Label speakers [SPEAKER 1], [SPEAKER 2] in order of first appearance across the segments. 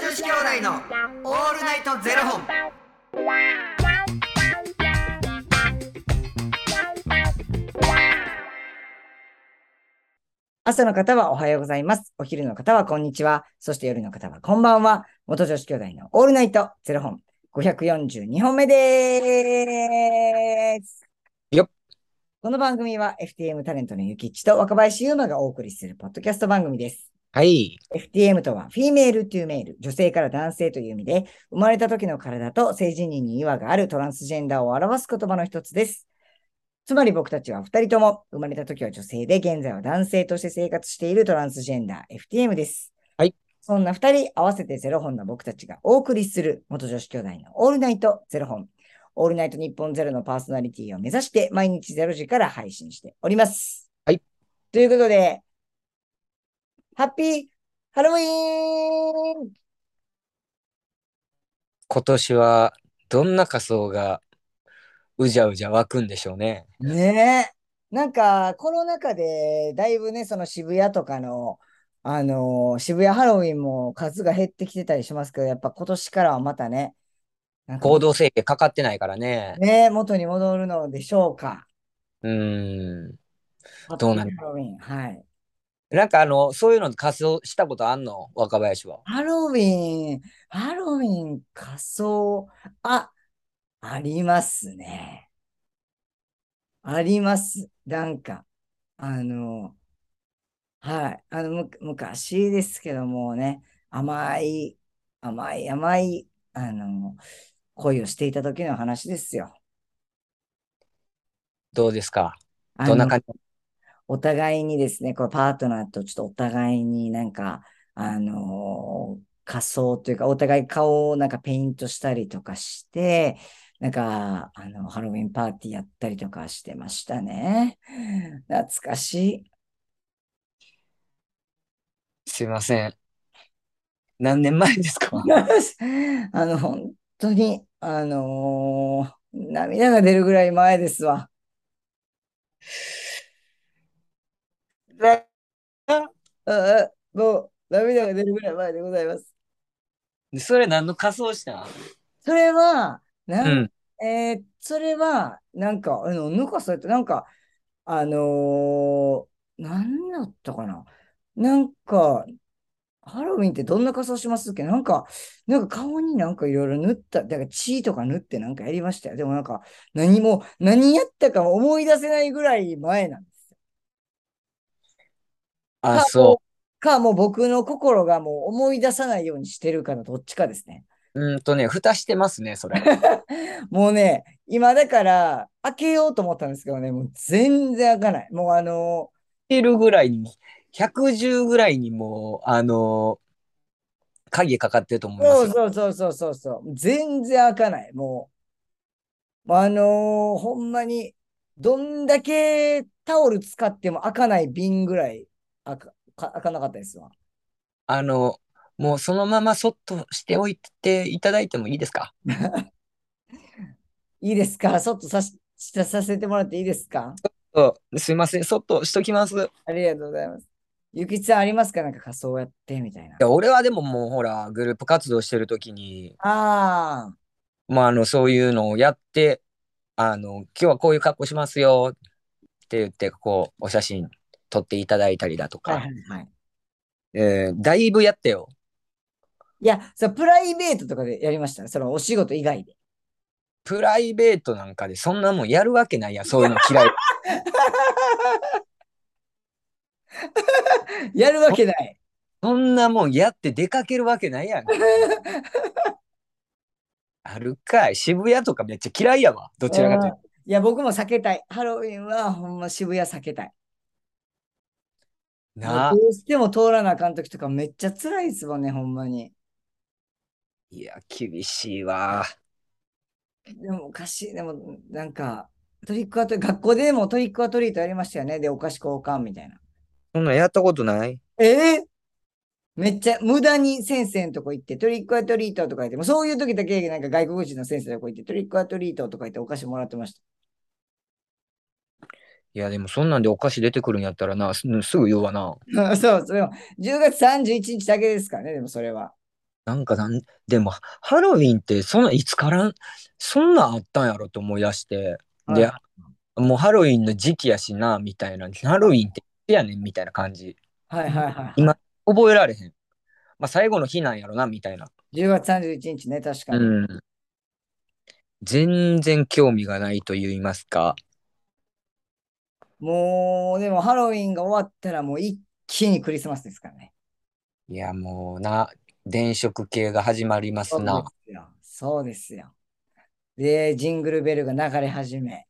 [SPEAKER 1] 子兄弟のオールナイトゼロ本。
[SPEAKER 2] 朝の方はおはようございます。お昼の方はこんにちは。そして夜の方はこんばんは。元女子兄弟のオールナイトゼロ本542本目です。
[SPEAKER 3] よっ
[SPEAKER 2] この番組は FTM タレントのゆきっちと若林優馬がお送りするポッドキャスト番組です。
[SPEAKER 3] はい。
[SPEAKER 2] FTM とは、フィメールというメール、女性から男性という意味で、生まれた時の体と性自認に違和があるトランスジェンダーを表す言葉の一つです。つまり僕たちは二人とも、生まれた時は女性で、現在は男性として生活しているトランスジェンダー、FTM です。
[SPEAKER 3] はい。
[SPEAKER 2] そんな二人、合わせてゼロ本の僕たちがお送りする、元女子兄弟のオールナイトゼロ本、オールナイト日本ゼロのパーソナリティを目指して、毎日ゼロ時から配信しております。
[SPEAKER 3] はい。
[SPEAKER 2] ということで、ハッピーハロウィーン
[SPEAKER 3] 今年はどんな仮装がうじゃうじゃ湧くんでしょうね。
[SPEAKER 2] ねえ。なんか、コロナ禍で、だいぶね、その渋谷とかの、あのー渋谷ハロウィンも数が減ってきてたりしますけど、やっぱ今年からはまたね、なんか
[SPEAKER 3] 行動制限かかってないからね。
[SPEAKER 2] ねえ、元に戻るのでしょうか。
[SPEAKER 3] うーん。どうなる
[SPEAKER 2] ハロウィン。はい。
[SPEAKER 3] なんかあの、そういうの仮装したことあんの若林は。
[SPEAKER 2] ハロウィン、ハロウィン仮装、あ、ありますね。あります。なんか、あの、はい、あの、む、昔ですけどもね、甘い、甘い、甘い、あの、恋をしていた時の話ですよ。
[SPEAKER 3] どうですか
[SPEAKER 2] あ
[SPEAKER 3] どんな
[SPEAKER 2] の
[SPEAKER 3] 感
[SPEAKER 2] お互いにですね、こうパートナーとちょっとお互いになんか、あのー仮装というか、お互い顔をなんかペイントしたりとかして、なんか、あの、ハロウィンパーティーやったりとかしてましたね。 懐かし
[SPEAKER 3] じすいません。何年前ですか
[SPEAKER 2] い。 あの、本当に、あのー涙が出るぐらい前ですわ。 ああ、もう、涙が出るぐらい前でございます。
[SPEAKER 3] それ何の仮装したん
[SPEAKER 2] それは、なん
[SPEAKER 3] う
[SPEAKER 2] か
[SPEAKER 3] ん。
[SPEAKER 2] えーそれは、なんか、あの、ぬかされて、なんか、あのー、なんだったかな。なんか、ハロウィンってどんな仮装しますっけなんか、なんか顔になんかいろいろ塗った、だから血とか塗ってなんかやりましたよ。でもなんか、何も、何やったか思い出せないぐらい前なんです。
[SPEAKER 3] あ、
[SPEAKER 2] か
[SPEAKER 3] そ
[SPEAKER 2] か、もう僕の心がもう思い出さないようにしてるかのどっちかですね。
[SPEAKER 3] う。うーんとね、蓋してますね、それ。
[SPEAKER 2] もうね、今だから、開けようと思ったんですけどね、もう全然開かない。もうあのー、
[SPEAKER 3] るぐらいに、110ぐらいにもう、あの鍵かかってると思います
[SPEAKER 2] そ
[SPEAKER 3] よ
[SPEAKER 2] うそうそうそうそうそう。全然開かない。もう、あのーほんまに、どんだけタオル使っても開かない瓶ぐらい開かか開かなかったですわ。
[SPEAKER 3] あの、もうそのままそっとしておいていただいてもいいですか
[SPEAKER 2] いいですかそっとさしささせてもらっていいですか
[SPEAKER 3] そうすいません、そっとしときます。い
[SPEAKER 2] ありがとうございます。ゆきちさんありますかなんか仮装やってみたいな。
[SPEAKER 3] や俺はでももうほら、グループ活動してる時に、
[SPEAKER 2] ああ、
[SPEAKER 3] まあ、あの、そういうのをやって、あの、今日はこういう格好しますよって言って、こう、お写真撮っていただいたりだと
[SPEAKER 2] はい
[SPEAKER 3] か
[SPEAKER 2] は、いはい。
[SPEAKER 3] えーだいぶやったよ。
[SPEAKER 2] いや、そうプライベートとかでやりました。そのお仕事以外で。
[SPEAKER 3] プライベートなんかでそんなもんやるわけないやん、そういうの嫌い。
[SPEAKER 2] やるわけない。
[SPEAKER 3] そんなもんやって出かけるわけない やん。あるかい。渋谷とかめっちゃ嫌いやわ。どちらかというと。
[SPEAKER 2] いや、僕も避けたい。ハロウィンはほんま渋谷避けたい。
[SPEAKER 3] なあ
[SPEAKER 2] もう。どうしても通らなあかん時とかめっちゃ辛いですもんね、ほんまに。
[SPEAKER 3] いや、厳しいわ。
[SPEAKER 2] でもおかしい。でもなんか、トリックアトリート、学校でもトリックアトリートやりましたよね。で、お菓子交換みたいな。
[SPEAKER 3] そんなんやったことない
[SPEAKER 2] ええめっちゃ無駄に先生のとこ行ってトリックアトリートとか言って、もうそういう時だけなんか外国人の先生のとこ行ってトリックアトリートとか言ってお菓子もらってました。
[SPEAKER 3] いや、でもそんなんでお菓子出てくるんやったらな、すすぐ言うわな。
[SPEAKER 2] そう、それも10月31日だけですからね、でもそれは。
[SPEAKER 3] なんかなん、でも、ハロウィンって、そのいつから、そんなんあったんやろと思い出して、
[SPEAKER 2] はい
[SPEAKER 3] で、もうハロウィンの時期やしな、みたいな、ハロウィンっていつやねん、みたいな感じ。
[SPEAKER 2] はいはいは
[SPEAKER 3] 今覚えられへん。まあ、最後の日なんやろな、みたいな。
[SPEAKER 2] い。10月31日ね、確かに。
[SPEAKER 3] うん。全然興味がないと言いますか。
[SPEAKER 2] もう、でもハロウィンが終わったらもう一気にクリスマスですからね。
[SPEAKER 3] いや、もうな、電飾系が始まりますな。
[SPEAKER 2] ですよ。そうですよ。で、ジングルベルが流れ始め。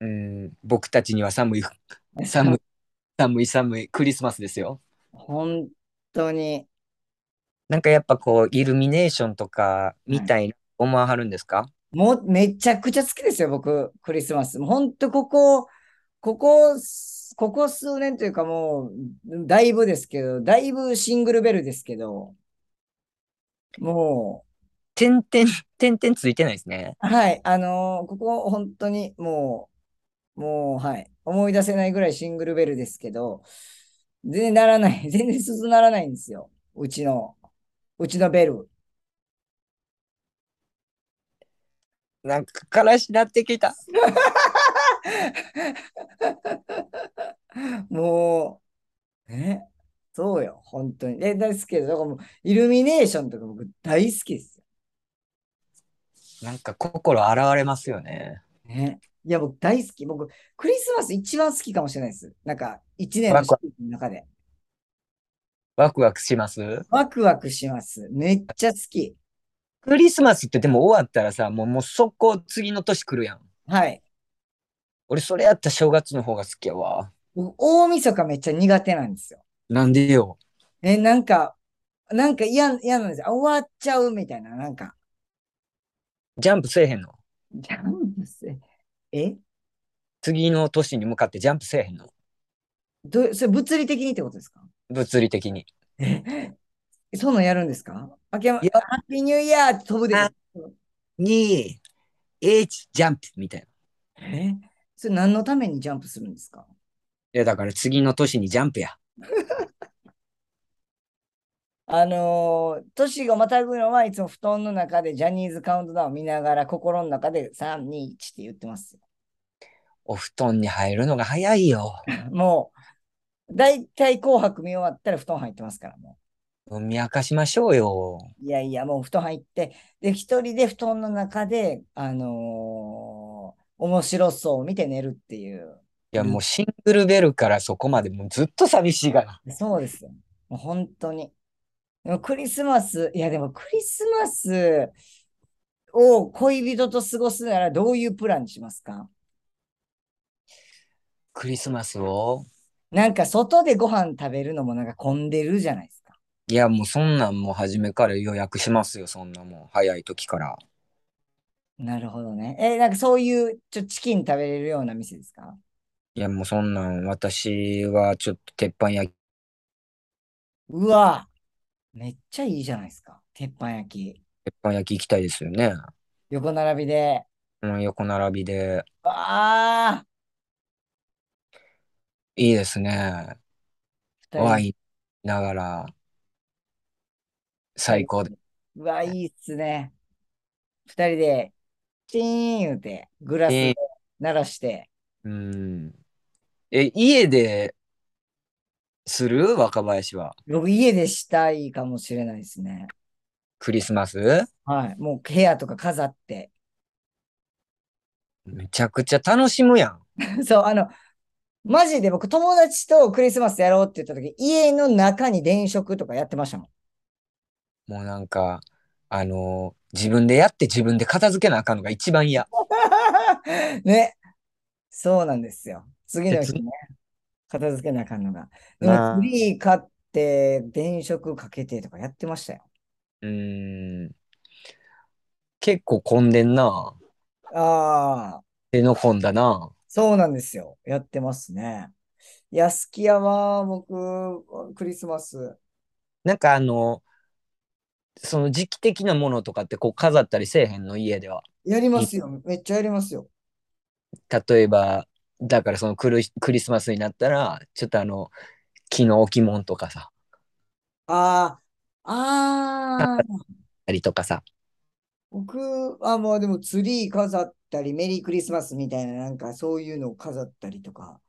[SPEAKER 3] うん、僕たちには寒い、寒い、寒い、寒い、クリスマスですよ。
[SPEAKER 2] 本当に、
[SPEAKER 3] なんかやっぱこう、イルミネーションとかみたいな思わはるんですか、
[SPEAKER 2] もうめちゃくちゃ好きですよ、僕、クリスマス。もう本当ここ、ここ、ここ数年というかもう、だいぶですけど、だいぶシングルベルですけど、もう、
[SPEAKER 3] 点々、点々ついてないですね。
[SPEAKER 2] はい、あのーここ本当にもう、もう、はい、思い出せないぐらいシングルベルですけど、全然ならない、 全然鈴ならないんですよ。うちの、うちのベル。
[SPEAKER 3] なんかからしなってきた。
[SPEAKER 2] もう、え、そうよ、本当に。え、ですけど、だからもう、イルミネーションとか僕大好きですよ。
[SPEAKER 3] なんか心洗われますよね。
[SPEAKER 2] ね。いや、僕大好き。僕、クリスマス一番好きかもしれないです。なんか、一年の
[SPEAKER 3] ワクワ
[SPEAKER 2] シーズンの中で。
[SPEAKER 3] ワクワクします
[SPEAKER 2] ワクワクします。めっちゃ好き。
[SPEAKER 3] クリスマスってでも終わったらさ、もう、もう速攻次の年来るやん。
[SPEAKER 2] はい。
[SPEAKER 3] 俺それやったら正月の方が好きやわ。
[SPEAKER 2] 僕、大晦日めっちゃ苦手なんですよ。
[SPEAKER 3] なんでよ。
[SPEAKER 2] え、なんか、なんか嫌、嫌なんですよ。あ終わっちゃうみたいな、なんか。
[SPEAKER 3] ジャンプせえへんの
[SPEAKER 2] ジャンプせ、え
[SPEAKER 3] 次の年に向かってジャンプせえへんの
[SPEAKER 2] どう、それ物理的にってことですか
[SPEAKER 3] 物理的に。
[SPEAKER 2] え、そんなんやるんですかあけま、
[SPEAKER 3] いや
[SPEAKER 2] ハッピーニューイヤーって飛ぶでしょ
[SPEAKER 3] あ2、1、ジャンプみたいな。
[SPEAKER 2] えそれ何のためにジャンプするんですか
[SPEAKER 3] いやだから次の年にジャンプや。
[SPEAKER 2] あのー、年がまたぐのはいつも布団の中でジャニーズカウントダウン見ながら心の中で3、2、1って言ってますよ。
[SPEAKER 3] お布団に入るのが早いよ。
[SPEAKER 2] もう、だいたい紅白見終わったら布団入ってますから、もう。
[SPEAKER 3] 飲み明かしましょうよ。
[SPEAKER 2] いやいや、もう布団入って、で、一人で布団の中で、あのー面白そうを見て寝るっていう。
[SPEAKER 3] いやもうシングルベルからそこまでもうずっと寂しいから。
[SPEAKER 2] そうですよ。もう本当に。でもクリスマス、いやでもクリスマスを恋人と過ごすならどういうプランにしますか
[SPEAKER 3] クリスマスを。
[SPEAKER 2] なんか外でご飯食べるのもなんか混んでるじゃないですか。
[SPEAKER 3] いやもうそんなんもう初めから予約しますよ。そんなもう早い時から。
[SPEAKER 2] なるほどね。え、なんかそういうちょチキン食べれるような店ですか
[SPEAKER 3] いやもうそんなん私はちょっと鉄板焼き。
[SPEAKER 2] うわ、めっちゃいいじゃないですか。鉄板焼き。
[SPEAKER 3] 鉄板焼き行きたいですよね。
[SPEAKER 2] 横並びで。
[SPEAKER 3] うん、横並びで。
[SPEAKER 2] ああ、
[SPEAKER 3] いいですね。
[SPEAKER 2] 二人
[SPEAKER 3] ワイン見ながら。最高で。
[SPEAKER 2] うわ、いいっすね。二人で、チーン言うて、グラスで鳴らして。
[SPEAKER 3] うん。え、家でする若林は。
[SPEAKER 2] 僕、家でしたいかもしれないですね。
[SPEAKER 3] クリスマス
[SPEAKER 2] はい。もう部屋とか飾って。
[SPEAKER 3] めちゃくちゃ楽しむやん。
[SPEAKER 2] そう、あの、マジで僕、友達とクリスマスやろうって言った時、家の中に電飾とかやってましたもん。
[SPEAKER 3] もうなんか、あのー自分でやって自分で片付けなあかんのが一番嫌。
[SPEAKER 2] ね。そうなんですよ。次の日ね、片付けなあかんのが。で
[SPEAKER 3] な
[SPEAKER 2] も、
[SPEAKER 3] あ
[SPEAKER 2] ツリー買って、電飾かけてとかやってましたよ。
[SPEAKER 3] うーん。結構混んでんな。
[SPEAKER 2] ああ、
[SPEAKER 3] 手の込んだな。
[SPEAKER 2] そうなんですよ。やってますね。いや、好きやわ、僕、クリスマス。
[SPEAKER 3] なんかあのその時期的なものとかってこう飾ったりせえへんの家では。
[SPEAKER 2] やりますよ。めっちゃやりますよ。
[SPEAKER 3] 例えば、だからそのクルクリスマスになったら、ちょっとあの、木の置物とかさ。
[SPEAKER 2] ああ、ああ、
[SPEAKER 3] たりとかさ。
[SPEAKER 2] 僕はまあでもツリー飾ったり、メリークリスマスみたいな、なんかそういうのを飾ったりとか、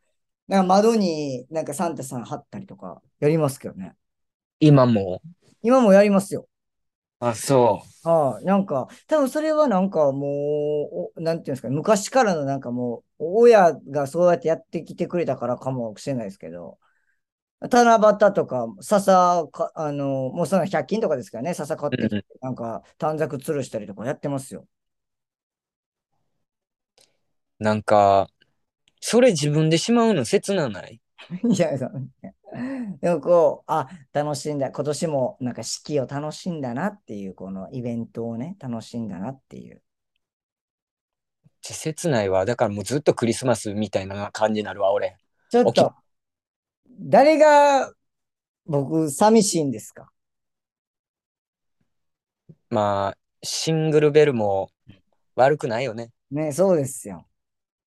[SPEAKER 2] なんか窓になんかサンタさん貼ったりとか、やりますけどね。
[SPEAKER 3] 今も。
[SPEAKER 2] 今もやりますよ。
[SPEAKER 3] あ、そ
[SPEAKER 2] はい、なんか、多分それはなんかもう、おなんていうんですか、昔からのなんかもう、親がそうやってやってきてくれたからかもしれないですけど、七夕とか、笹か、あの、もうその100均とかですからね、笹買ってき
[SPEAKER 3] う
[SPEAKER 2] て、なんか短冊吊るしたりとかやってますよ。
[SPEAKER 3] う。なんか、それ自分でしまうの切なない
[SPEAKER 2] いや、そうでもこう、あ、楽しんだ、今年もなんか四季を楽しんだなっていう、このイベントをね、楽しんだなっていう。
[SPEAKER 3] ち切ないわ。だからもうずっとクリスマスみたいな感じになるわ、俺。
[SPEAKER 2] ちょっと、誰が僕、寂しいんですか
[SPEAKER 3] まあ、シングルベルも悪くないよね。
[SPEAKER 2] ね、そうですよ。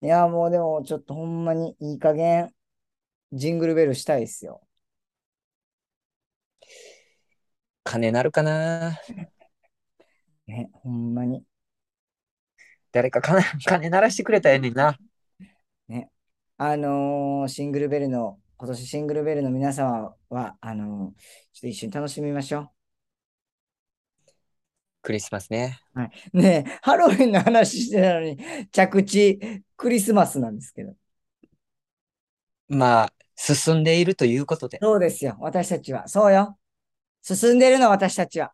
[SPEAKER 2] いや、もうでも、ちょっとほんまにいい加減、ジングルベルしたいですよ。
[SPEAKER 3] 金なるかな
[SPEAKER 2] ね、ほんまに。
[SPEAKER 3] 誰か金 金鳴らしてくれたらええねんな。
[SPEAKER 2] あのーシングルベルの、今年シングルベルの皆様は、あのーちょっと一緒に楽しみましょ
[SPEAKER 3] クリスマスね。
[SPEAKER 2] う。ねえ、ハロウィンの話してたのに、着地、クリスマスなんですけど。
[SPEAKER 3] まあ、進んでいるということで。
[SPEAKER 2] そうですよ、私たちは。そうよ。進んでるの、私たちは。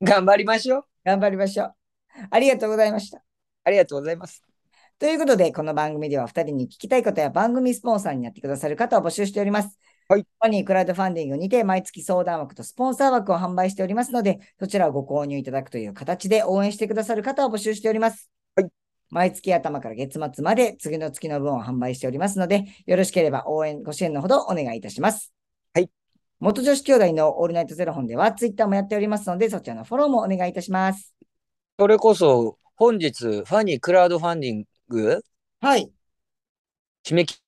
[SPEAKER 3] 頑張りましょう。
[SPEAKER 2] 頑張りましょう。ありがとうございました。
[SPEAKER 3] ありがとうございます。
[SPEAKER 2] ということで、この番組では2人に聞きたいことや番組スポンサーになってくださる方を募集しております。
[SPEAKER 3] はい。
[SPEAKER 2] ポニークラウドファンディングにて毎月相談枠とスポンサー枠を販売しておりますので、そちらをご購入いただくという形で応援してくださる方を募集しております。
[SPEAKER 3] はい。
[SPEAKER 2] 毎月頭から月末まで次の月の分を販売しておりますので、よろしければ応援、ご支援のほどお願いいたします。
[SPEAKER 3] はい。
[SPEAKER 2] 元女子兄弟のオールナイトゼロ本ではツイッターもやっておりますので、そちらのフォローもお願いいたします。
[SPEAKER 3] それこそ、本日、ファニークラウドファンディング、
[SPEAKER 2] はい。
[SPEAKER 3] 締め切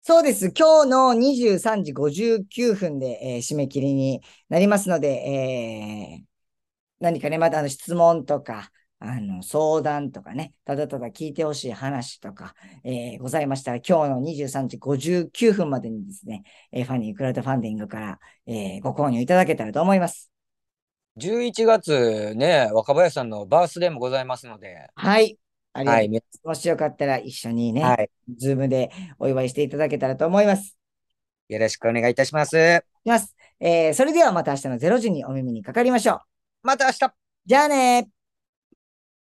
[SPEAKER 2] そうです。今日の23時59分で、えー締め切りになりますので、えー何かね、またあの質問とか、あの相談とかね、ただただ聞いてほしい話とか、えーございましたら、今日の23時59分までにですね、えーファニークラウドファンディングから、えーご購入いただけたらと思います。
[SPEAKER 3] 11月ね、若林さんのバースデーもございますので、
[SPEAKER 2] はい。ありがとう
[SPEAKER 3] は
[SPEAKER 2] ござい
[SPEAKER 3] い、み
[SPEAKER 2] ます。もしよかったら一緒にね、
[SPEAKER 3] はい、
[SPEAKER 2] ズームでお祝いしていただけたらと思います。
[SPEAKER 3] よろしくお願いいたします。
[SPEAKER 2] いきます。えーそれではまた明日の0時にお耳にかかりましょう。
[SPEAKER 3] また明日
[SPEAKER 2] じゃあねー